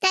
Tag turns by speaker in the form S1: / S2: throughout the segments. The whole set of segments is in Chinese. S1: 大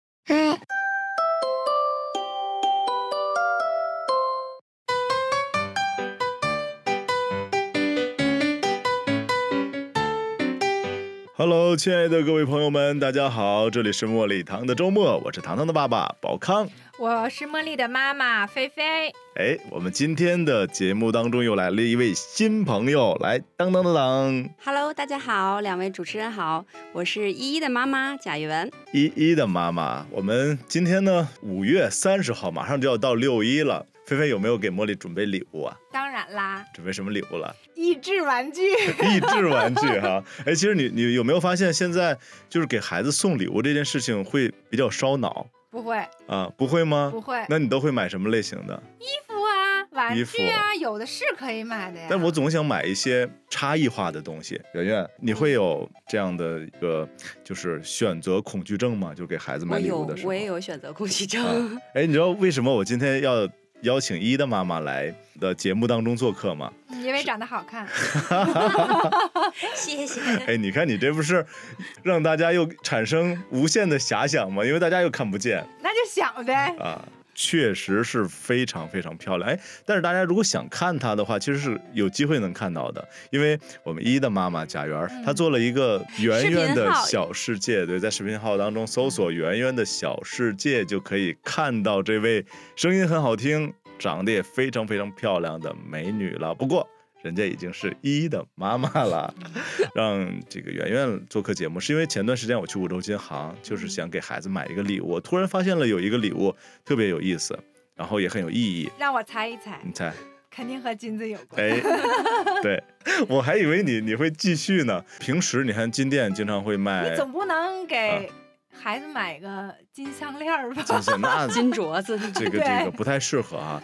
S1: 哎，
S2: Hello，亲爱的各位朋友们，大家好，这里是茉莉糖的周末，我是糖糖的爸爸宝康。
S3: 我是茉莉的妈妈菲菲，
S2: 哎，我们今天的节目当中又来了一位新朋友，来，当当当当，
S4: Hello，大家好，两位主持人好，我是依依的妈妈贾媛。
S2: 依依的妈妈。我们今天呢，五月三十号，马上就要到六一了，菲菲有没有给茉莉准备礼物啊？
S3: 当然啦，
S2: 准备什么礼物了？
S3: 益智玩具
S2: 益智玩具哈。哎，其实你你有没有发现，现在就是给孩子送礼物这件事情会比较烧脑
S3: 不会
S2: 啊？不会吗？
S3: 不会，
S2: 那你都会买什么类型的？
S3: 衣服啊，玩
S2: 衣服
S3: 具啊，有的是可以买的呀。
S2: 但我总想买一些差异化的东西。圆圆，你会有这样的一个就是选择恐惧症吗？就给孩子买
S4: 我
S2: 礼
S4: 有
S2: 物的时，候。
S4: 我也。有选择恐惧症。
S2: 啊哎，你知道为什么我今天要邀请依依的妈妈来的节目当中做客 吗？
S3: 嗯因为长得好看，
S4: 谢谢。
S2: 哎，你看你这不是让大家又产生无限的遐想吗？因为大家又看不见
S3: 那就想呗。
S2: 啊。确实是非常非常漂亮，哎，但是大家如果想看她的话，其实是有机会能看到的，因为我们依依的妈妈贾媛儿，她做了一个圆圆的小世界，对，在视频号当中搜索“圆圆的小世界”就可以看到这位声音很好听、长得也非常非常漂亮的美女了。不过人家已经是依依的妈妈了，让这个圆圆做客节目，是因为前段时间我去五洲金行，就是想给孩子买一个礼物，突然发现了有一个礼物特别有意思，然后也很有意义。
S3: 让我猜一猜，
S2: 你 猜？
S3: 肯定和金子有关。
S2: 哎，对，我还以为你你会继续呢。平时你看金店经常会卖
S3: 你总不能
S2: 嗯
S3: 给孩子买个金项链儿吧？
S2: 金线， 那
S4: 金镯子，
S2: 这个这
S3: 对
S2: 个不太适合啊。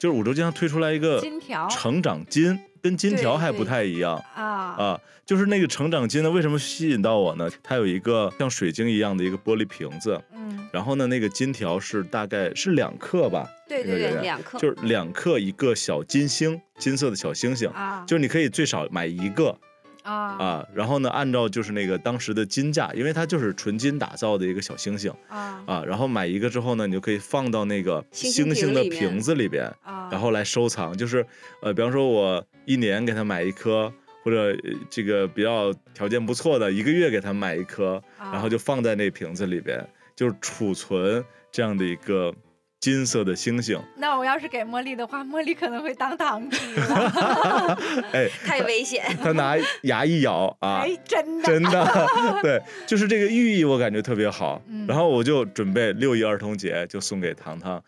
S2: 就是五洲经常推出来一个
S3: 金条
S2: 成长金，跟金条还不太一样。
S3: 啊，
S2: 啊，就是那个成长金呢，为什么吸引到我呢？它有一个像水晶一样的一个玻璃瓶子，
S3: 嗯，
S2: 然后呢，那个金条是大概是两克吧，
S4: 对
S2: 那
S4: 对
S2: 个圆
S4: 对，
S2: 圆
S4: 两克。
S2: 就是两克一个小金星，金色的小星星，
S3: 啊，
S2: 就是你可以最少买一个
S3: 啊
S2: 啊，然后呢，按照就是那个当时的金价，因为它就是纯金打造的一个小星星
S3: 啊
S2: 啊，然后买一个之后呢，你就可以放到那个
S4: 星
S2: 星星
S4: 星瓶
S2: 的
S4: 里面
S2: 瓶子里边，
S3: 啊，
S2: 然后来收藏，就是呃，比方说我一年给他买一颗，或者呃这个比较条件不错的，一个月给他买一颗，
S3: 啊
S2: 然后就放在那瓶子里边，就是储存这样的一个金色的星星。
S3: 那我要是给茉莉的话，茉莉可能会当糖 吃了。
S2: 哎，
S4: 太危险。
S2: 他拿牙一咬啊，
S3: 哎，真 的
S2: 真的，对，就是这个寓意我感觉特别好。
S3: 嗯
S2: 然后我就准备六一儿童节就送给糖糖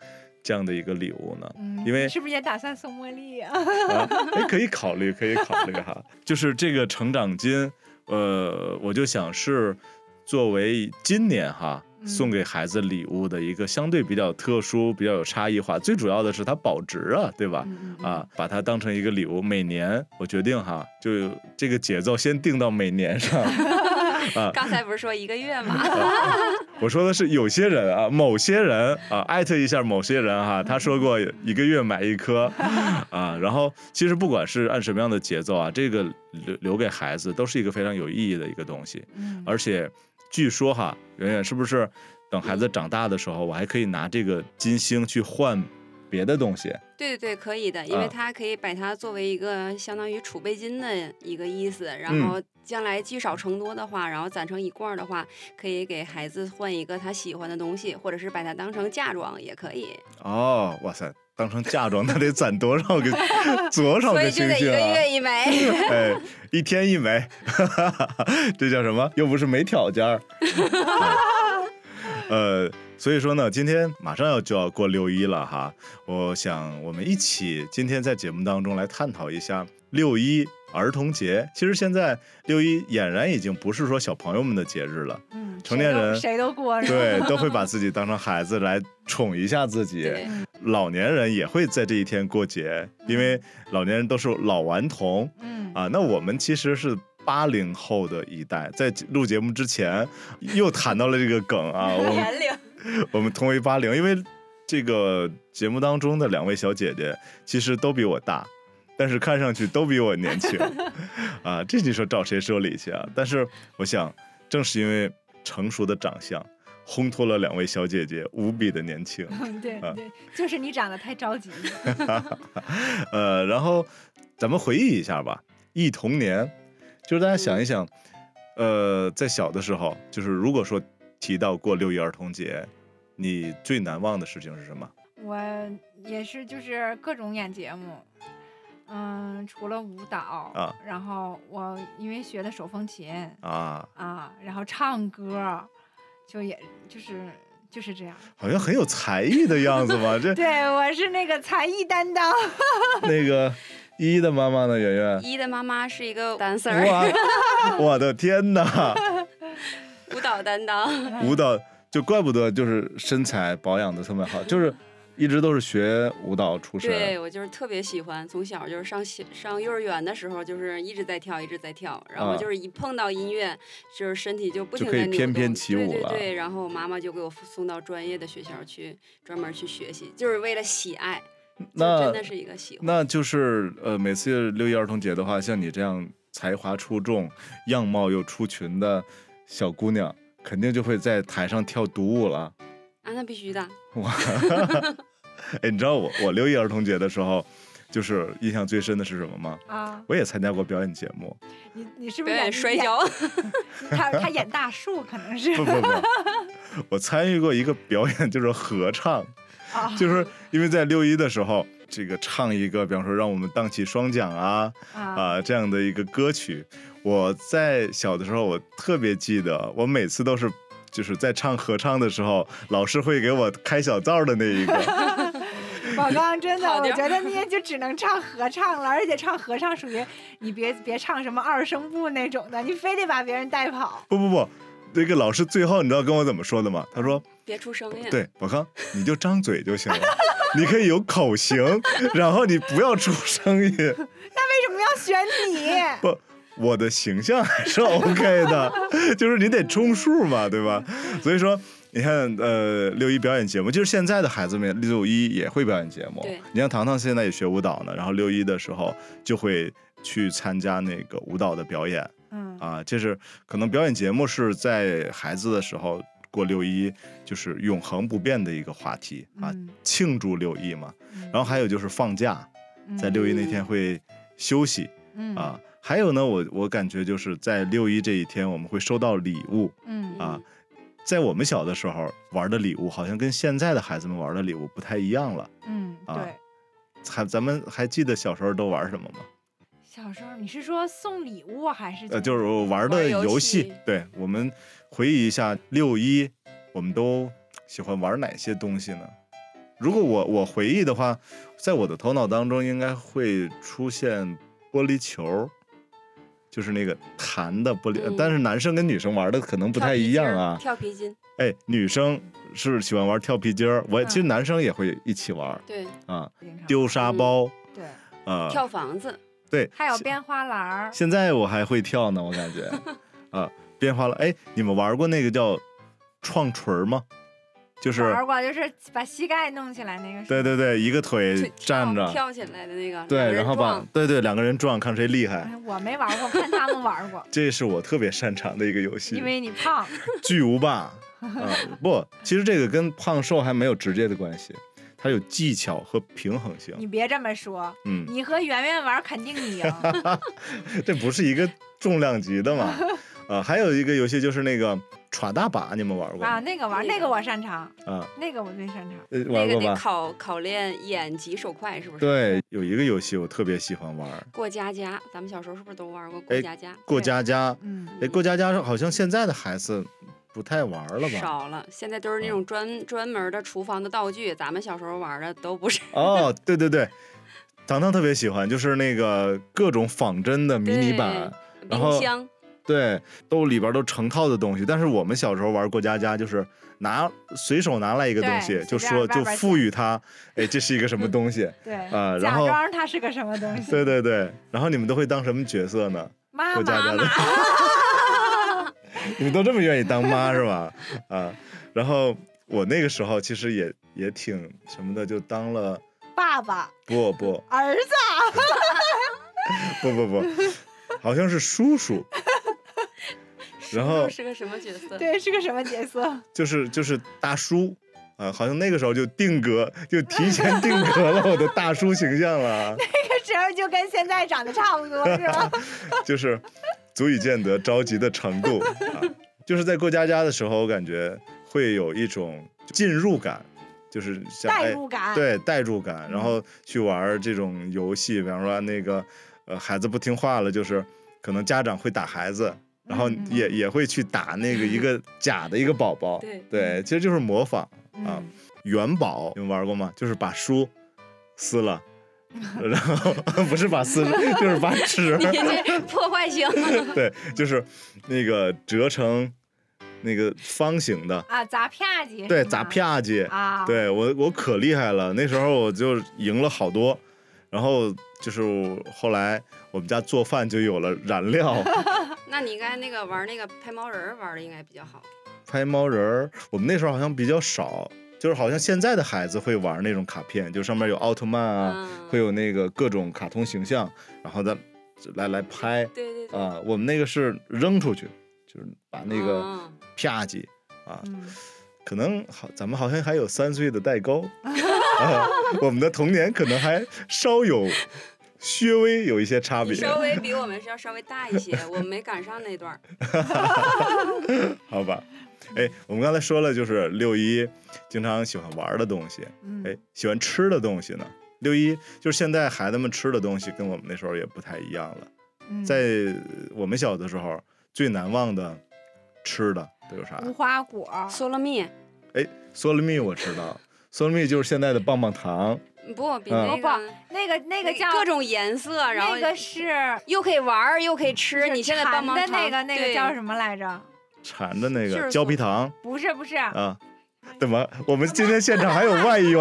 S2: 这样的一个礼物呢。
S3: 嗯，
S2: 因为
S3: 你是不是也打算送茉莉呀、
S2: 啊，哎，可以考虑，可以考虑哈。 就是这个成长金，呃，我就想是作为今年哈
S3: 嗯
S2: 送给孩子礼物的一个相对比较特殊、比较有差异化，最主要的是它保值啊，对吧？
S4: 嗯嗯
S2: 啊，把它当成一个礼物，每年我决定哈，就这个节奏先定到每年上。啊
S4: 嗯，刚才不是说一个月 吗？
S2: 我说的是有些人啊，某些人啊，艾特一下某些人哈、他说过一个月买一颗 啊，然后其实不管是按什么样的节奏啊，这个留留给孩子都是一个非常有意义的一个东西，
S3: 嗯，
S2: 而且据说哈，圆圆是不是等孩子长大的时候，我还可以拿这个金星去换别的东西？
S4: 对对对，可以的，因为
S2: 啊
S4: 它可以把它作为一个相当于储备金的一个意思，
S2: 嗯
S4: 然后将来积少成多的话，然后攒成一罐儿的话，可以给孩子换一个他喜欢的东西，或者是把它当成嫁妆也可以。
S2: 哦，哇塞，当成嫁妆那得攒多少 个多少
S4: 所
S2: 个
S4: 以就
S2: 星
S4: 得一
S2: 星
S4: 个
S2: 啊？
S4: 月一枚。
S2: 哎，一天一枚， 这叫什么？又不是没挑尖儿。 呃，所以说呢，今天马上要就要过六一了哈，我想我们一起今天在节目当中来探讨一下六一儿童节。其实现在六一俨然已经不是说小朋友们的节日了，
S3: 嗯，
S2: 成
S3: 谁
S2: 年
S3: 都
S2: 人
S3: 谁都过是吧？
S2: 对，都会把自己当成孩子来宠一下自己。
S4: 对，
S2: 老年人也会在这一天过节，因为老年人都是老顽童
S3: 嗯
S2: 啊。那我们其实是。八零后的一代，在录节目之前又谈到了这个梗啊，我们
S4: 年龄
S2: 我们同为八零，因为这个节目当中的两位小姐姐其实都比我大，但是看上去都比我年轻啊，这你说找谁说理去啊？但是我想，正是因为成熟的长相，烘托了两位小姐姐无比的年轻。
S3: 嗯，对
S2: 啊
S3: 对，就是你长得太着急了。
S2: 呃，然后咱们回忆一下吧，忆童年，就是大家想一想，呃，在小的时候，就是如果说提到过六一儿童节，你最难忘的事情是什么？
S3: 我也是，就是各种演节目，嗯，除了舞蹈，
S2: 啊
S3: 然后我因为学的手风琴
S2: 啊，
S3: 啊，然后唱歌，就也就是就是 这样。
S2: 好像很有才艺的样子嘛。这
S3: 对我是那个才艺担当，
S2: 那个一的妈妈呢？圆圆，
S4: 一的妈妈是一个 dancer
S2: 哇，我的天哪！
S4: 舞 蹈担当，
S2: 舞蹈就怪不得就是身材保养的特别好，就是一直都是学舞蹈出身
S4: 对我就是特别喜欢，从小就是上小上幼儿园的时候就是一直在跳，一直在跳，然后
S2: 啊
S4: 就是一碰到音乐，就是身体就不
S2: 就
S4: 停
S2: 可以
S4: 的扭动，
S2: 翩翩起舞
S4: 对
S2: 了
S4: 对对，然后我妈妈就给我送到专业的学校去，专门去学习，就是为了喜爱，就
S2: 嗯那
S4: 真的是一个喜欢。
S2: 那就是呃，每次六一儿童节的话，像你这样才华出众、样貌又出群的小姑娘，肯定就会在台上跳独舞了。
S4: 啊，那必须的，
S2: 哎，你知道我我六一儿童节的时候，就是印象最深的是什么吗？
S3: 啊，
S2: 我也参加过表演节目，
S3: 你你是不
S4: 表
S3: 是
S4: 演
S3: 演
S4: 摔？跤，
S3: 你演他他演大树可能是
S2: 不不不，我参与过一个表演，就是合唱，
S3: 啊，
S2: 就是因为在六一的时候，这个唱一个，比方说让我们荡起双桨啊
S3: 啊
S2: 啊这样的一个歌曲。我在小的时候，我特别记得，我每次都是。就是在唱合唱的时候，老师会给我开小灶的那一个，
S3: 宝刚真的，
S4: 跑
S3: 我
S4: 调
S3: 觉得你也就只能唱合唱了，而且唱合唱属于你别别唱什么二声部那种的，你非得把别人带跑。
S2: 不不不，那个老师最后你知道跟我怎么说的吗？他说
S4: 别出声音。
S2: 对，宝康，你就张嘴就行了，你可以有口型，然后你不要出声音。
S3: 为什么要选你？
S2: 不，我的形象还是 OK 的，就是你得充数嘛，对吧？所以说，你看，呃，六一表演节目，就是现在的孩子们六一也会表演节目
S4: 对。
S2: 你像糖糖现在也学舞蹈呢，然后六一的时候就会去参加那个舞蹈的表演。
S3: 嗯，
S2: 啊，这是可能表演节目是在孩子的时候过六一，就是永恒不变的一个话题啊，
S3: 嗯
S2: 庆祝六一嘛。
S3: 嗯
S2: 然后还有就是放假，在六一那天会休息、
S3: 嗯
S2: 啊。还有呢，我我感觉就是在六一这一天，我们会收到礼物。
S3: 嗯
S2: 啊，在我们小的时候玩的礼物，好像跟现在的孩子们玩的礼物不太一样了。
S3: 嗯，
S2: 啊
S3: 对。
S2: 还咱们还记得小时候都玩什么吗？
S3: 小时候你是说送礼物还是
S2: 呃，就是我玩
S4: 玩
S2: 的
S4: 游
S2: 游
S4: 戏
S2: 戏。对，我们回忆一下六一，我们都喜欢玩哪些东西呢？如果我我回忆的话，在我的头脑当中应该会出现玻璃球，就是那个弹的玻璃，呃
S4: 嗯
S2: 但是男生跟女生玩的可能不
S4: 跳
S2: 太
S4: 皮
S2: 一
S4: 筋
S2: 样
S4: 儿
S2: 啊。
S4: 跳皮筋，
S2: 哎，女生是喜欢玩跳皮筋儿，我也其实
S3: 嗯
S2: 男生也会一起玩
S4: 对，
S2: 啊，
S3: 经常
S2: 丢沙
S4: 嗯
S2: 包，
S3: 对，
S2: 啊，
S4: 跳房子，
S2: 对，
S3: 还有编花篮儿，
S2: 现在我还会跳呢，我感觉，啊，变化了。哎，你们玩过那个叫撞锤儿吗？就是，
S3: 玩过就是把膝盖弄起来那个。
S2: 对。对对，一个
S4: 腿
S2: 腿呃站
S4: 跳
S2: 着，
S4: 跳起来的那个，两
S2: 对，
S4: 个人
S2: 然后把
S4: 撞
S2: 对对两个人撞，看谁厉害。，
S3: 哎我没玩过，看他们玩过
S2: 这是我特别擅长的一个游戏
S3: 因，为你胖。
S2: 巨无霸。啊，不，其实这个跟胖瘦还没有直接的关系，它有技巧和平衡
S3: 你
S2: 性。
S3: 别这么说，
S2: 嗯，
S3: 你和圆圆玩肯 定你赢。
S2: 这不是一个重量级的嘛？啊，还有一个游戏就是那个耍大把，你们玩过
S3: 啊，
S2: 吗？
S3: 那个玩
S4: 那
S3: 那个
S4: 个
S3: 我擅长，
S2: 啊，
S3: 那个我最擅长。
S2: 呃
S4: 那
S2: 玩
S4: 个
S2: 过吧
S4: 得？考考练眼疾手快，是不是？
S2: 对，有一个游戏我特别喜欢玩儿，
S4: 过家家，咱们小时候是不是都玩过过
S2: 哎
S4: 家家？
S2: 过家家。
S3: 嗯，
S2: 哎，过家家好像现在的孩子不太玩儿了吧？
S4: 嗯
S2: 啊
S4: 少了，现在都是那种专专门的厨房的道具，咱们小时候玩的都不是。
S2: 哦，对对对，糖糖特别喜欢，就是那个各种仿真的迷你版，然后
S4: 冰箱，
S2: 对，都里边都成套的东西。但是我们小时候玩过家家，就是拿随手拿来一个东西
S3: 对，
S2: 就
S3: 随便
S2: 说
S3: 玩
S2: 就
S3: 玩儿
S2: 赋予它，哎，这是一个什么东 西？
S3: 对，
S2: 呃然
S3: 假
S2: 后
S3: 装它是个什么东 西，
S2: 对对对。然后你们都会当什么角色呢？
S3: 妈
S2: 过家
S3: 妈
S2: 家的， 你们都这么愿意当妈是吧？啊，然后我那个时候其实也也挺什么的，就当了
S3: 爸爸、
S2: 不不
S3: 儿子，
S2: 不不不，好像是叔 叔。然后
S4: 是个什么角色？
S3: 对，是个什么角色？
S2: 就是就是大叔，啊、好像那个时候就定格，就提前定格了我的大叔形象了，
S3: 这时候就跟现在长得差不多，是吧？
S2: 就是足以见得着急的程度。啊、就是在过家家的时候，我感觉会有一种进入感，就是像
S3: 代
S2: 哎，
S3: 入感，
S2: 对代入感，然
S4: 嗯
S2: 后去玩儿这种游戏，比方说那个呃孩子不听话了，就是可能家长会打孩子。然后
S4: 嗯嗯
S2: 也也会去打那个一 个假的一个宝宝，
S4: 对
S2: 对，其实就是模仿，啊
S3: 嗯，
S2: 元宝，你们玩过吗？就是把书撕了， 然后 不是把撕，就是把纸，
S4: 你这破坏性，
S2: 对，就是那个折成那个方形
S4: 哎
S2: 的，
S3: 啊，砸啪叽，
S2: 对，
S3: 是吗
S2: 砸啪叽，
S3: 啊，，
S2: 对我我可厉害了，那时候我就赢了好多，然后就是我后来我们家做饭就有了燃 料，
S4: 那你应该那个玩那个拍毛人儿玩的应该比较好。
S2: 拍猫人儿，我们那时候好像比较少。就是好像现在的孩子会玩那种卡片，就上面有奥特曼啊，
S4: 嗯，
S2: 会有那个各种卡通形象，然后再来来拍
S4: 对对对，
S2: 啊、我们那个是扔出去，就是把那个
S4: 嗯
S2: 啪叽啊，
S3: 嗯，
S2: 可能好，咱们好像还有三岁的代沟， 啊，我们的童年可能还稍有，略微有一些差
S4: 你
S2: 别，
S4: 稍微比我们是要稍微大一些，我没赶上那 段儿。
S2: 好吧？哎，我们刚才说了，就是六一经常喜欢玩的东西，
S3: 嗯
S2: 哎，喜欢吃的东西呢。六一就是现在孩子们吃的东西跟我们那时候也不太一样了。
S3: 嗯
S2: 在我们小的时候，最难忘的吃的都有啥？
S4: 嗯
S3: 无花果，
S4: 嗦了蜜，
S2: 哎，嗦了蜜我知道，嗦了蜜就是现在的棒棒糖，
S4: 不比
S2: 嗯
S4: 那
S3: 不
S4: 个
S3: 那个那个叫
S4: 各种颜色，然后
S3: 那个是
S4: 又可以玩儿又可以吃。
S3: 是
S4: 你现在
S3: 馋
S4: 棒棒
S3: 的
S4: 糖
S3: 那个那个
S4: 对
S3: 叫什么来着？
S2: 馋的那
S4: 是
S2: 个胶皮糖
S3: 不是不是，
S2: 啊。怎么？我们今天现场还有外 援，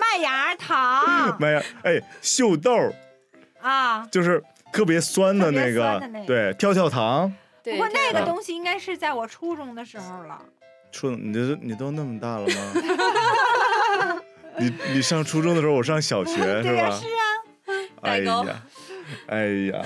S3: 麦芽糖
S2: 没有？哎，秀豆儿
S3: 啊。
S2: 就是特别酸的
S3: 特别
S2: 那个，
S3: 酸的那个
S2: 对，跳跳糖。
S3: 不
S4: 对
S3: 过那
S4: 对
S3: 个
S2: 啊
S3: 东西应该是在我初中的时候了。
S2: 初，你这你都那么大了吗？ 你你上初中的时候，我上小学是
S3: 对呀，
S2: 吧？
S3: 是啊，
S2: 哎
S4: 代沟
S2: 呀，哎呀，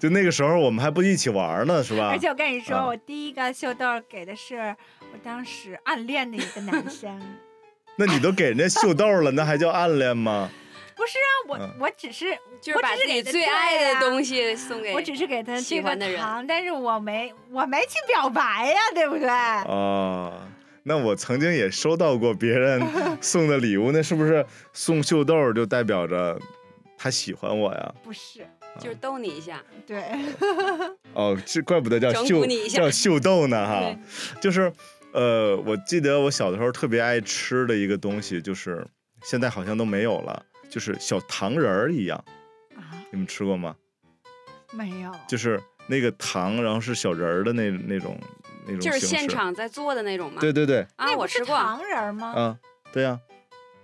S2: 就那个时候我们还不一起玩呢，是吧
S3: 而？且我跟你说，
S2: 啊
S3: 我第一个秀豆给的是我当时暗恋的一个男生。
S2: 那你都给人家秀豆了，那还叫暗恋吗？
S3: 不是啊，我
S2: 嗯
S3: 我只是
S4: 就是把自己最爱的东西送给
S3: 我只是给他
S4: 喜
S3: 这
S4: 欢
S3: 个
S4: 的人
S3: 糖，但是我没我没去表白呀，对不对？
S2: 哦，那我曾经也收到过别人送的礼物，那是不是送秀豆就代表着他喜欢我呀？
S3: 不是，
S4: 就是逗你一下，
S3: 对，
S2: 哦，这怪不得叫
S4: 整蛊
S2: 秀
S4: 你一下
S2: 叫秀豆呢哈，就是呃，我记得我小的时候特别爱吃的一个东西，就是现在好像都没有了，就是小糖人儿一样，
S3: 啊，
S2: 你们吃过吗？
S3: 没有，
S2: 就是那个糖，然后是小人儿的那那种那种
S4: 就是
S2: 形
S4: 现
S2: 式。
S4: 场哦在做的那种嘛。
S2: 对对对，
S4: 啊，
S3: 那
S4: 我
S3: 不是
S4: 吃过。
S3: 糖人儿吗？
S2: 啊，对呀、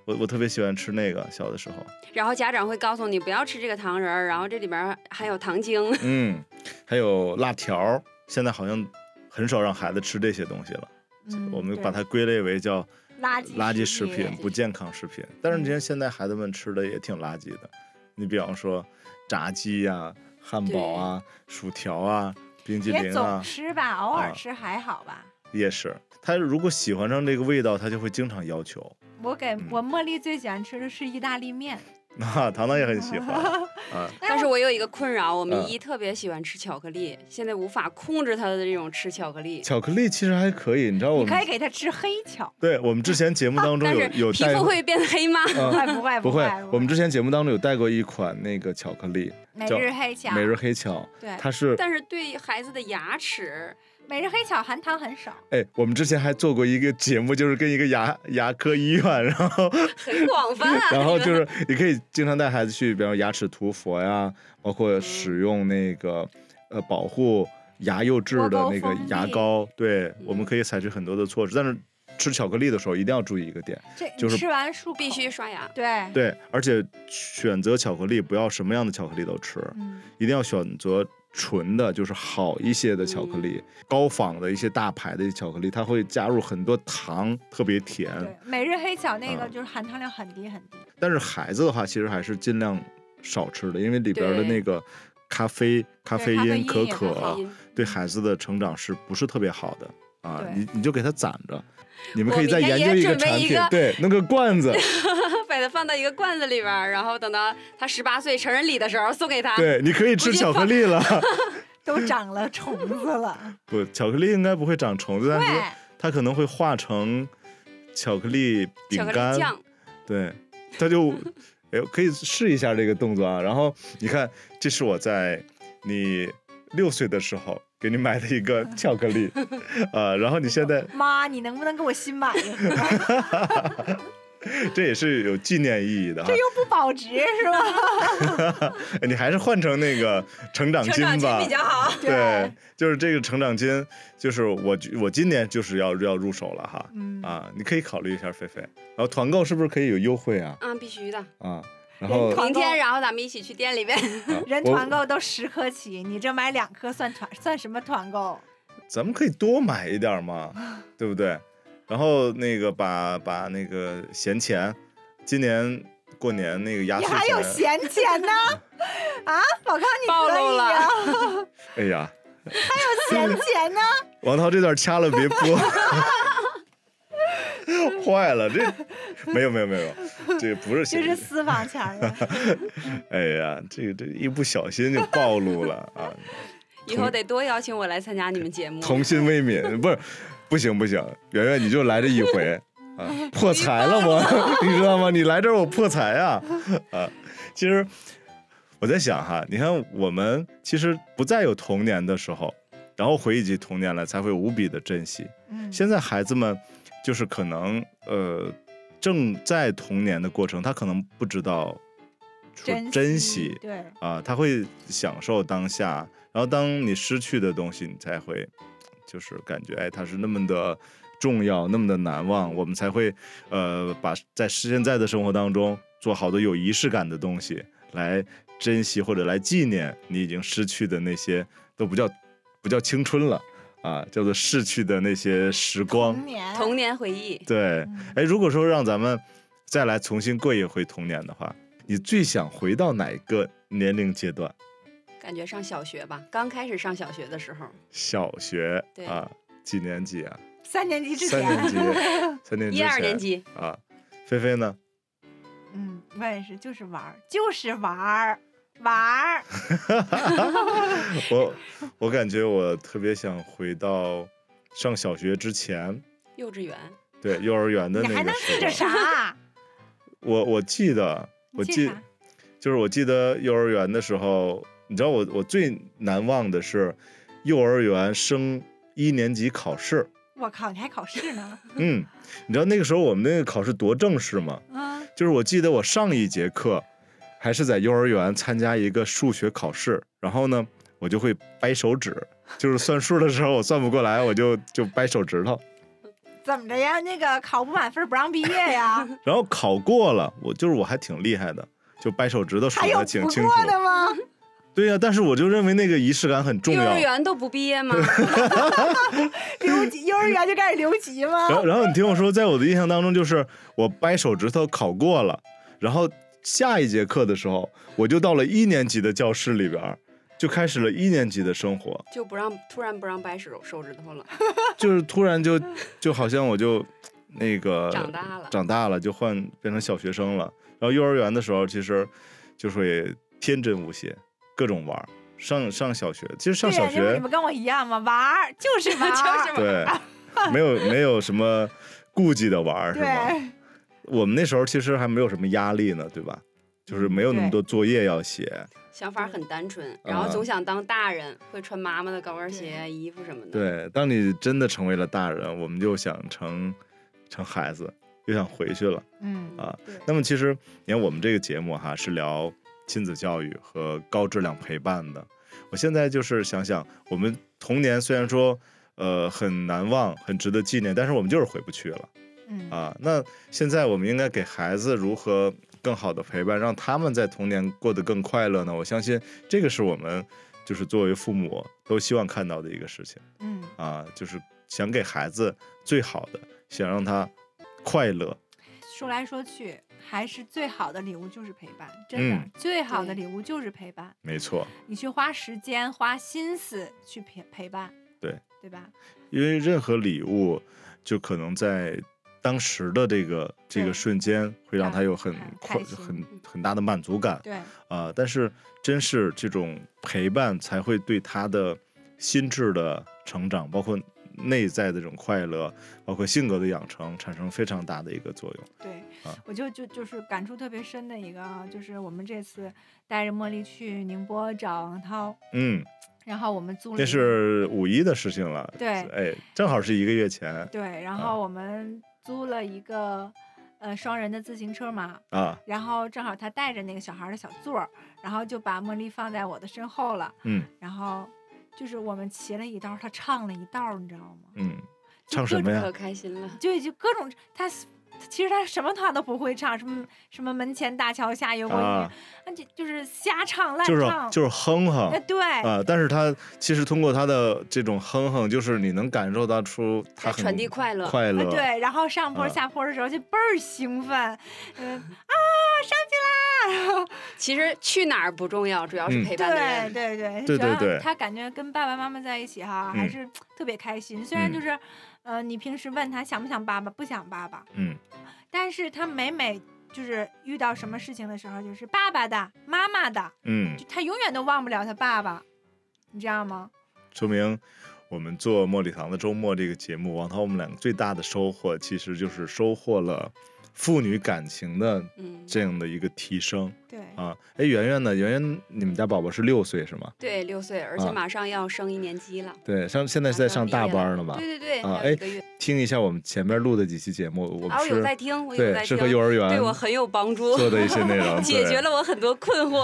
S2: 我我特别喜欢吃那个，小的时候，
S4: 然后家长会告诉你不要吃这个糖人儿，然后这里边儿含有糖精。
S2: 嗯，还有辣条儿，现在好像很少让孩子吃这些东西了，
S3: 嗯
S2: 我们
S3: 对
S2: 把它归类为叫
S3: 垃圾
S2: 垃圾
S3: 食
S2: 食品、不健康食品。但是你看现在孩子们吃的也挺垃圾的，你比方说炸鸡呀、汉堡啊、薯条啊、冰激
S3: 别
S2: 凌
S3: 总
S2: 啊，
S3: 吃吧，偶尔
S2: 啊
S3: 吃还好吧。
S2: 也是。他如果喜欢上这个味道，他就会经常要求。
S3: 我给
S2: 嗯
S3: 我茉莉最喜欢吃的是意大利面，
S2: 那、糖糖也很喜欢啊，
S3: 哎
S4: 但是我有一个困扰，我们
S2: 嗯
S4: 一特别喜欢吃巧克力，现在无法控制他的这种吃巧克力。
S2: 巧克力其实还可以，你知道我
S3: 你可以
S2: 们
S3: 给他吃黑巧，
S2: 对我们之前节目当中
S4: 但
S2: 有
S4: 是
S2: 有
S4: 皮
S2: 带
S4: 肤
S2: 过
S4: 会变黑吗？
S3: 不
S2: 嗯
S3: 会不会
S2: 不
S3: 会
S2: 会，，我们之前节目当中有带过一款那个巧克力，
S3: 每
S2: 叫
S3: 日黑巧，哎
S2: 每日黑巧，
S3: 对
S2: 它是
S4: 但是对孩子的牙齿
S3: 每日黑巧含糖很少，
S2: 哎，我们之前还做过一个节目，就是跟一个牙 牙科医院，然后。
S4: 很广泛啊
S2: 然后就是你可以经常带孩子去，比方说牙齿涂氟呀，包括使用那个呃保护牙釉质的那个牙膏，对，我们可以采取很多的措施。但是吃巧克力的时候一定要注意一个点，
S3: 这你
S2: 就是
S3: 吃完漱口
S4: 必须刷牙。
S3: 对，
S2: 对，而且选择巧克力不要什么样的巧克力都吃，
S3: 嗯，
S2: 一定要选择。纯的，就是好一些的巧克力，
S4: 嗯
S2: 高仿的一些大牌的巧克力，它会加入很多糖，特别甜。
S3: 对，每日黑巧那个
S2: 嗯
S3: 就是含糖量很低很低，
S2: 但是孩子的话，其实还是尽量少吃的，因为里边的
S4: 对
S2: 那个咖啡、咖啡
S3: 咖啡
S2: 因、
S3: 因
S2: 可
S3: 也
S2: 可
S3: 咖
S4: 好音
S2: 对孩子的成长是不是特别好的啊？
S3: 对
S2: 你你就给他攒着，你们
S4: 我
S2: 可以再
S4: 明天
S2: 研
S4: 也
S2: 究个
S4: 准备
S2: 产
S4: 一
S2: 品
S4: 个，
S2: 对，弄个罐 子，
S4: 把它放到一个罐子里边儿，然后等到他十八岁成人礼的时候送给他。
S2: 嗯对，你可以
S4: 我
S2: 吃
S4: 已经
S2: 巧克力 了。
S3: 都长了虫子了，
S2: 不，巧克力应该不会长虫子，但是
S3: 对，
S2: 它可能会化成巧克力饼
S4: 巧克力
S2: 干
S4: 酱，，
S2: 对，它就 哎呦，可以试一下这个动作啊。然后你看，这是我在你六岁的时候给你买的一个巧克 力，呃，然后你现在
S3: 妈，你能不能给我新买一盒？
S2: 这也是有纪念意义的哈
S3: 这。又 不保值是 吧？
S2: 哎你还是换成那个成长
S4: 成
S2: 金
S4: 长期
S2: 吧
S4: 比。较 好。
S2: 对，就是这个成长金，就是我我今年就是要要入手了哈。
S3: 嗯，
S2: 啊，你可以考虑一下菲菲。然后团购是不是可以有优惠啊？
S4: 啊，必 须的！
S2: 啊，然
S3: 人
S2: 后
S3: 团购
S4: 明天，然后咱们一起去 店里边。
S2: 啊
S3: 人
S2: 我
S3: 团购都十颗起，你这买两颗算团算什么团购？
S2: 咱们可以多买一点儿嘛，对不对？然后那个把把那个闲钱，今年过年那个压
S3: 你
S2: 岁
S3: 还有
S2: 啊钱，
S3: 闲钱 呢？啊，宝康你
S4: 暴
S3: 可
S4: 露
S3: 以
S4: 了
S3: 呀、
S2: 哎呀，
S3: 闲钱 呢？
S2: 王涛这段掐了别 播，坏了，这没有没有没有，这个不是闲
S3: 就
S2: 钱，
S3: 是私房钱 了。
S2: 哎呀，这个这一不小心就暴露了啊，
S4: 以后得多邀请我来参加你们节目。
S2: 童心未泯，不是，不行不行，圆圆你就来这一回 啊，破财了我， 你知道吗？你来这儿我破财啊啊！其实我在想哈，你看我们其实不再有童年的时候，然后回忆起童年来，才会无比的珍惜。
S3: 嗯，
S2: 现在孩子们就是可能呃正在童年的过程，他可能不知道说珍惜
S3: 对，
S2: 啊，他会享受当下，然后当你失去的东西，你才会就是感觉哎，它是那么的重要，那么的难忘，我们才会呃把在现在的生活当中做好多有仪式感的东西来珍惜或者来纪念你已经失去的那些，都不叫不叫青春了啊，叫做逝去的那些时光。
S3: 童年嗯
S4: 童年回忆，
S2: 对，哎，如果说让咱们再来重新过一回童年的话，你最想回到哪个年龄阶段？
S4: 感觉上小学吧，刚开始上小学的时候，
S2: 小学
S4: 对
S2: 啊，几年级啊？
S3: 三年级之
S2: 三年
S3: 前，
S2: 级，三年级之前，
S4: 一二年级，
S2: 啊。菲菲呢？
S3: 嗯，我也是，就是玩儿，就是玩儿，玩儿。
S2: 我我感觉我特别想回到上小学之前，
S4: 幼稚园，
S2: 对幼儿园的
S3: 你
S2: 那
S3: 还
S2: 个
S3: 能记
S2: 时
S3: 着
S2: 候。
S3: 啥？啊
S2: 我我记得，我
S3: 你
S2: 记
S3: 啥？
S2: 就是我记得幼儿园的时候，你知道我我最难忘的是幼儿园升一年级考试。
S3: 我靠，你还考试呢？
S2: 嗯，你知道那个时候我们那个考试多正式吗？
S3: 嗯，
S2: 就是我记得我上一节课还是在幼儿园参加一个数学考试，然后呢，我就会掰手指，就是算数的时候我算不过来，我就就掰手指头。
S3: 怎么着呀？那个考不满分不让毕业 呀？
S2: 然后考过了，我就是我还挺厉害的，就掰手指头数
S3: 还有
S2: 的挺
S3: 不
S2: 清楚。
S3: 过的吗？
S2: 对呀、但是我就认为那个仪式感很重
S4: 幼
S2: 要
S4: 儿。园都不毕 业吗？
S3: 留级，幼儿园就开始留级吗？
S2: 然后，然后你听我说，在我的印象当中，就是我掰手指头考过了，然后下一节课的时候，我就到了一年级的教室里边儿，就开始了一年级的生活。
S4: 就不让突然不让掰手手 指头了，
S2: 就是突然就就好像我就那个
S4: 长大了
S2: 长大了就换变成小学生了。然后幼儿园的时候，其实就是会天真无邪，各种玩儿。上上小学，其实上
S3: 对
S2: 小
S3: 呀，你
S2: 学
S3: 们跟我一样吗？玩儿就是玩儿，
S4: 就是玩
S2: 啊对没有没有什么顾忌的玩儿是吗？
S3: 对，
S2: 我们那时候其实还没有什么压力呢，对吧？就是没有那么
S3: 对
S2: 多作业要写。
S4: 想法很单
S2: 嗯
S4: 纯，然后总想当大人，会穿妈妈的高跟鞋、啊衣服什么的。，
S2: 对，当你真的成为了大人，我们就想成成孩子，又想回去了。
S3: 嗯
S2: 啊
S4: 对，
S2: 那么其实你看我们这个节目哈是聊亲子教育和高质量陪伴的。我现在就是想想，我们童年虽然说呃很难忘、很值得纪念，但是我们就是回不去了
S3: 嗯
S2: 啊。那现在我们应该给孩子如何更好的陪伴，让他们在童年过得更快乐呢？我相信这个是我们就是作为父母都希望看到的一个事情
S3: 嗯，
S2: 啊，就是想给孩子最好的，想让他快乐。
S3: 说来说去，还是最好的礼物就是陪伴，真的，
S2: 嗯
S3: 最好的
S4: 对
S3: 礼物就是陪伴。
S2: 没错。
S3: 你去花时间、花心思去陪陪伴，
S2: 对
S3: 对吧？
S2: 因为任何礼物，就可能在当时的这个这个
S3: 对
S2: 瞬间，会让他有很
S3: 很
S2: 快、
S3: 开心
S2: 很很大的满足感
S3: 对，
S2: 啊、但是，真是这种陪伴，才会对他的心智的成长，包括内在的这种快乐，包括性格的养成，产生非常大的一个作用。
S3: 对，
S2: 啊
S3: 我就就就是感触特别深的一个啊，就是我们这次带着茉莉去宁波找王涛，
S2: 嗯，
S3: 然后我们租
S2: 那
S3: 了一个
S2: 是五一的事情了。
S3: 对
S2: 哎，正好是一个月前
S3: 对，然
S2: 啊
S3: 后我们租了一个呃双人的自行车嘛，
S2: 啊。
S3: 然后正好他带着那个小孩儿的小座儿，然后就把茉莉放在我的身后了，
S2: 嗯
S3: 然后就是我们骑了一道儿，他唱了一道儿，你知道吗？
S2: 嗯，
S3: 就
S2: 唱
S3: 各
S2: 什么
S3: 种
S2: 呀
S4: 可？开心了。
S3: 对，就各种他。其实他什么他都不会唱，什么什么门前大桥下有我一
S2: 啊
S3: 啊，，就就是瞎唱烂
S2: 就是
S3: 唱，
S2: 就是哼哼
S3: 哎。对，
S2: 啊、但是他其实通过他的这种哼哼，就是你能感受到出他
S4: 在
S2: 很
S4: 传递快乐
S2: 快乐，
S3: 啊，对，然后上坡
S2: 啊
S3: 下坡的时候就倍儿兴奋，嗯啊上去啦，然后
S4: 其实去哪儿不重要，主要是
S2: 嗯
S4: 陪伴的
S3: 对
S4: 人。
S3: 对
S2: 对
S3: 对主要
S2: 对对
S3: 他感觉跟爸爸妈妈在一起哈，还
S2: 嗯
S3: 是特别开心。虽然就
S2: 嗯
S3: 是，呃，你平时问他想不想爸爸，不想爸爸，
S2: 嗯，
S3: 但是他每每就是遇到什么事情的时候，就是爸爸的、妈妈的，
S2: 嗯
S3: 就，他永远都忘不了他爸爸，你知道吗？
S2: 说明我们做茉莉堂的周末这个节目，王涛我们两个最大的收获，其实就是收获了父女感情的
S4: 嗯，
S2: 这样的一个提升
S3: 对，
S2: 啊。哎，圆圆呢？圆圆，你们家宝宝是六岁是吗？
S4: 对，六岁，而且
S2: 啊
S4: 马上要升一年级了。
S2: 对，上现在
S4: 啊
S2: 是在上大班了吧？
S4: 对对对，
S2: 啊
S4: 还有一个月。
S2: 听一下我们前面录的几期节目，我
S4: 啊，
S2: 们
S4: 我
S2: 是、
S4: 有在听，我有在
S2: 对是
S4: 听，
S2: 和幼儿园
S4: 对我很有帮助，
S2: 做的一些内容
S4: 解
S2: 对
S4: 决了我很多困惑。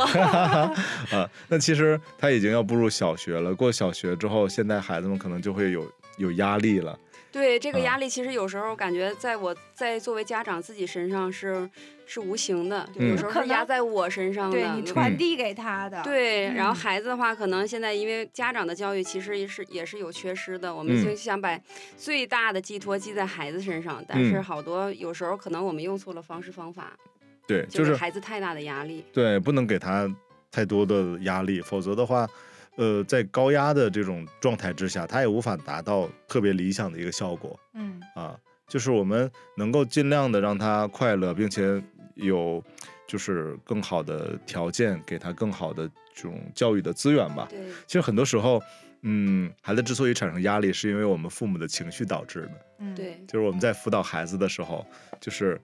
S2: 啊，那其实他已经要步入小学了。过小学之后，现在孩子们可能就会有有压力了。
S4: 对这个
S2: 啊
S4: 压力，其实有时候感觉在我在作为家长自己身上是是无形的，
S2: 嗯
S4: 有时候
S3: 可
S4: 是
S3: 能
S4: 压在我身上的。
S3: 对你传递给他的，
S4: 对，然后
S3: 嗯
S4: 孩子的话，可能现在因为家长的教育其实也是也是有缺失的，我
S2: 嗯
S4: 们就想把最大的寄托寄在孩子身上，但是
S2: 嗯
S4: 好多有时候可能我们用错了方式方法，
S2: 对，
S4: 就
S2: 就是是
S4: 孩子太大的压力。
S2: 对，不能给他太多的压力，否则的话，呃，在高压的这种状态之下，他也无法达到特别理想的一个效果
S3: 嗯，
S2: 啊。就是我们能够尽量的让他快乐，并且有就是更好的条件，给他更好的这种教育的资源吧。
S4: 对，
S2: 其实很多时候，嗯，孩子之所以产生压力，是因为我们父母的情绪导致的。
S3: 嗯，
S4: 对，
S2: 就是我们在辅导孩子的时候，就是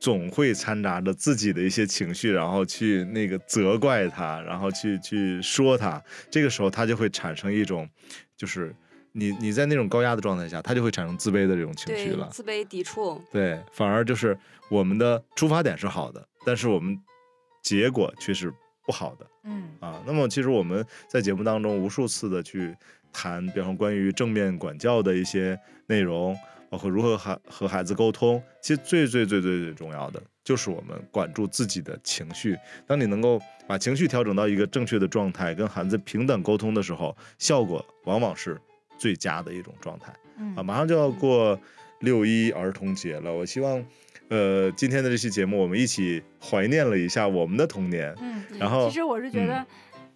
S2: 总会掺杂着自己的一些情绪，然后去那个责怪他，然后去去说他。这个时候，他就会产生一种，就是你你在那种高压的状态下，他就会产生自卑的这种情绪
S4: 对
S2: 了，。
S4: 自卑、抵触，
S2: 对，反而就是我们的出发点是好的，但是我们结果却是不好的。
S3: 嗯，
S2: 啊，那么其实我们在节目当中无数次的去谈，比方说关于正面管教的一些内容，包括如何孩和孩子沟通。其实最最最最最重要的就是我们管住自己的情绪。当你能够把情绪调整到一个正确的状态，跟孩子平等沟通的时候，效果往往是最佳的一种状态。
S3: 嗯
S2: 啊，马上就要过六一儿童节了，我希望，呃，今天的这期节目我们一起怀念了一下我们的童年。
S3: 嗯，
S2: 然后
S3: 其实我是觉
S2: 嗯
S3: 得，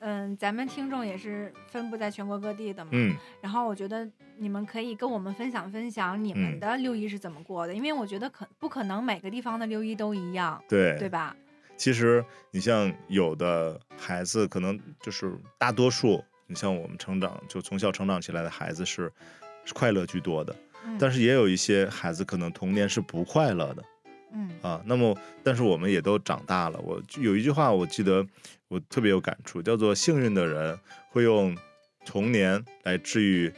S3: 嗯，咱们听众也是分布在全国各地的嘛，
S2: 嗯
S3: 然后我觉得你们可以跟我们分享分享你们
S2: 嗯
S3: 的六一是怎么过的，因为我觉得可不可能每个地方的六一都一样，
S2: 对
S3: 对吧？
S2: 其实你像有的孩子，可能就是大多数，你像我们成长就从小成长起来的孩子是是快乐居多的，
S3: 嗯、
S2: 但
S3: 是
S2: 是也有一些孩子可能童年是不快乐的
S3: 嗯
S2: 啊。那么，但是我们也都长大了。我就有一句话，我记得我特别有感触，叫做“幸运的人会用童年来治愈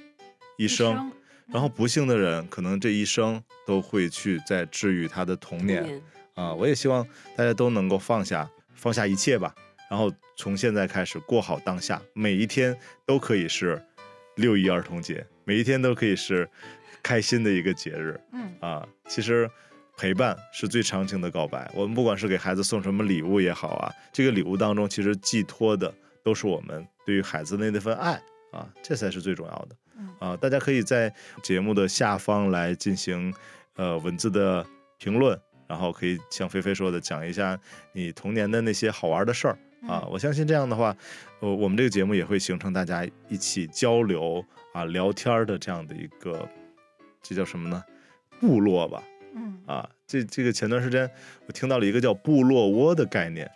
S2: 一生，然后不幸的人可能这一生都会去在治愈他的童年”啊。我也希望大家都能够放下，放下一切吧，然后从现在开始过好当下，每一天都可以是六一儿童节，每一天都可以是开心的一个节日。
S3: 嗯，
S2: 啊，其实陪伴是最长情的告白。我们不管是给孩子送什么礼物也好啊，这个礼物当中其实寄托的都是我们对于孩子的那份爱啊，这才是最重要的
S3: 嗯。
S2: 啊，大家可以在节目的下方来进行呃文字的评论，然后可以像菲菲说的讲一下你童年的那些好玩的事儿
S3: 嗯
S2: 啊。我相信这样的话，呃，我们这个节目也会形成大家一起交流啊、聊天儿的这样的一个，这叫什么呢？部落吧，
S3: 嗯
S2: 啊，这这个前段时间我听到了一个叫部落窝的概念，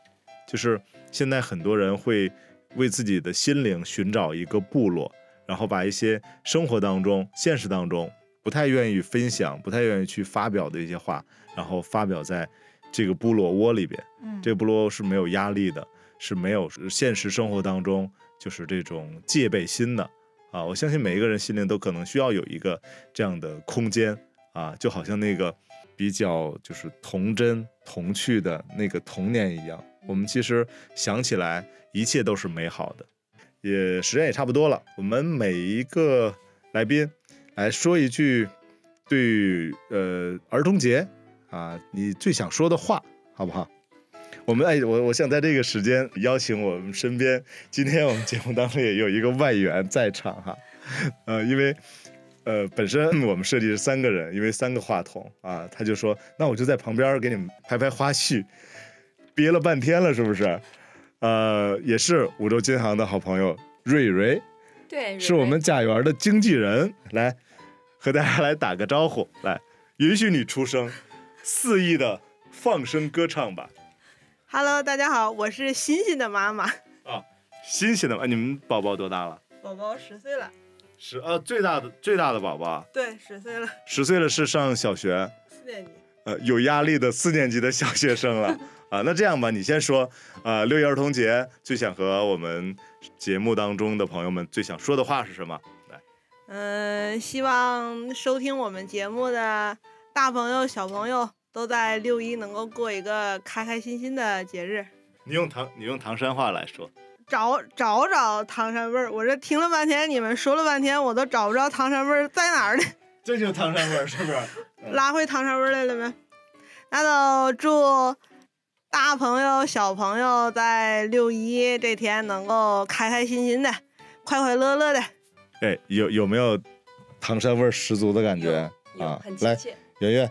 S2: 就是现在很多人会为自己的心灵寻找一个部落，然后把一些生活当中、现实当中不太愿意分享、不太愿意去发表的一些话，然后发表在这个部落窝里边。
S3: 嗯，
S2: 这个部落窝是没有压力的，是没有现实生活当中就是这种戒备心的啊。我相信每一个人心灵都可能需要有一个这样的空间啊，就好像那个比较就是童真童趣的那个童年一样。我们其实想起来，一切都是美好的。也时间也差不多了，我们每一个来宾来说一句对于呃儿童节啊你最想说的话，好不好？我们哎，我我想在这个时间邀请我们身边，今天我们节目当中也有一个外援在场哈， 呃，因为呃本身我们设计是三个人，因为三个话筒啊，他就说那我就在旁边给你们拍拍花絮，憋了半天了是不是？呃，也是五洲金行的好朋友瑞瑞，
S4: 对，
S2: 是我们贾园的经纪人，来和大家来打个招呼，来允许你出声，肆意的放声歌唱吧。
S5: Hello，大家好，我是欣欣的妈妈，
S2: 新鲜的吗？哎你们宝宝多大了？
S5: 宝宝十岁了，
S2: 十呃，最大的最大的宝啊宝
S5: 对，十岁了，
S2: 十岁了，是上小学，
S5: 四年级。
S2: 呃，有压力的四年级的小学生了 啊。那这样吧，你先说，呃，六一儿童节最想和我们节目当中的朋友们最想说的话是什么？来，
S5: 嗯、希望收听我们节目的大朋友、小朋友都在六一能够过一个开开心心的节日。
S2: 你用唐你用唐山话来说，
S5: 找找找唐山味儿，我这听了半天，你们说了半天，我都找不着唐山味儿在哪儿呢？
S2: 这就是唐山味儿，是不是？
S5: 拉回唐山味儿来了没？那就祝大朋友、小朋友在六一这天能够开开心心的、快快乐乐的。
S2: 哎，有有没有唐山味儿十足的感觉
S4: 有
S2: 啊
S4: 很？亲
S2: 来，
S4: 切。
S2: 圆圆，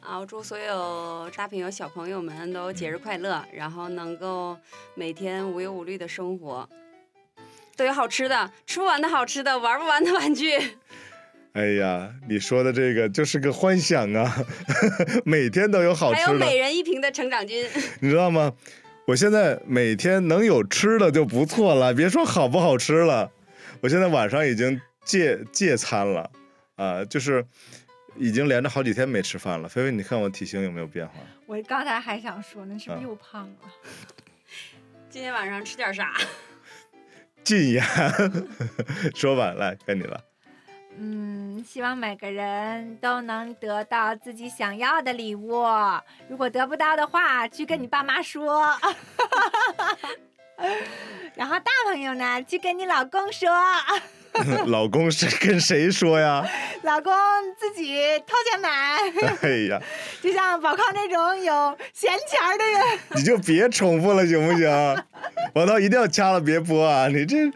S4: 啊，祝所有大朋友、小朋友们都节日快乐，然后能够每天无忧无虑的生活，都有好吃的，吃不完的好吃的，玩不完的玩具。
S2: 哎呀，你说的这个就是个幻想 啊，每天都有好
S4: 还有
S2: 吃的
S4: 每，人一瓶的成长菌，
S2: 你知道吗？我现在每天能有吃的就不错了，别说好不好吃了，我现在晚上已经戒戒餐了，啊、就是已经连着好几天没吃饭了。菲菲，你看我体型有没有变化？
S3: 我刚才还想说呢，是不
S2: 嗯
S3: 是又胖了？
S4: 今天晚上吃点啥？
S2: 禁言， 说吧，来该你了。
S3: 嗯，希望每个人都能得到自己想要的礼物。如果得不到的话，去跟你爸妈说。 然后大朋友呢，去跟你老公说，
S2: 老公是跟谁说呀？
S3: 老公自己掏钱买，
S2: 哎呀，
S3: 就像宝康这种有闲钱儿的人，
S2: 你就别重复了，行不行？王涛一定要掐了，别播啊！你这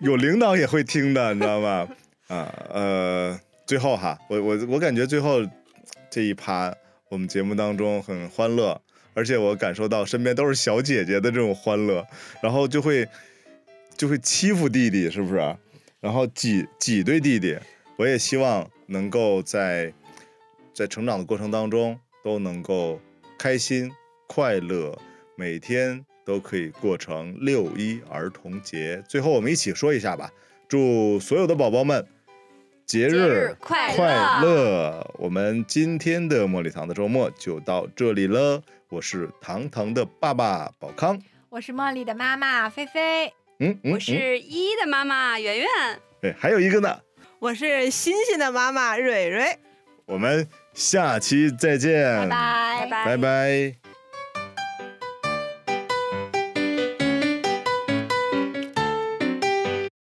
S2: 有领导也会听的，你知道吗？啊，呃，最后哈，我我我感觉最后这一趴，我们节目当中很欢乐，而且我感受到身边都是小姐姐的这种欢乐，然后就会就会欺负弟弟，是不是？然后挤挤兑弟弟，我也希望能够在在成长的过程当中都能够开心快乐，每天都可以过成六一儿童节。最后，我们一起说一下吧，祝所有的宝宝们节
S4: 节
S2: 日
S4: 日快乐
S2: 快乐！我们今天的茉莉堂的周末就到这里了。我是糖糖的爸爸宝康，
S3: 我是茉莉的妈妈菲菲，
S2: 嗯嗯
S4: 我
S2: 嗯，
S4: 是依依的妈妈圆圆，
S2: 对，还有一个呢，
S5: 我是欣欣的妈妈蕊蕊。
S2: 我们下期再见，
S3: 拜拜
S4: 拜
S2: 拜拜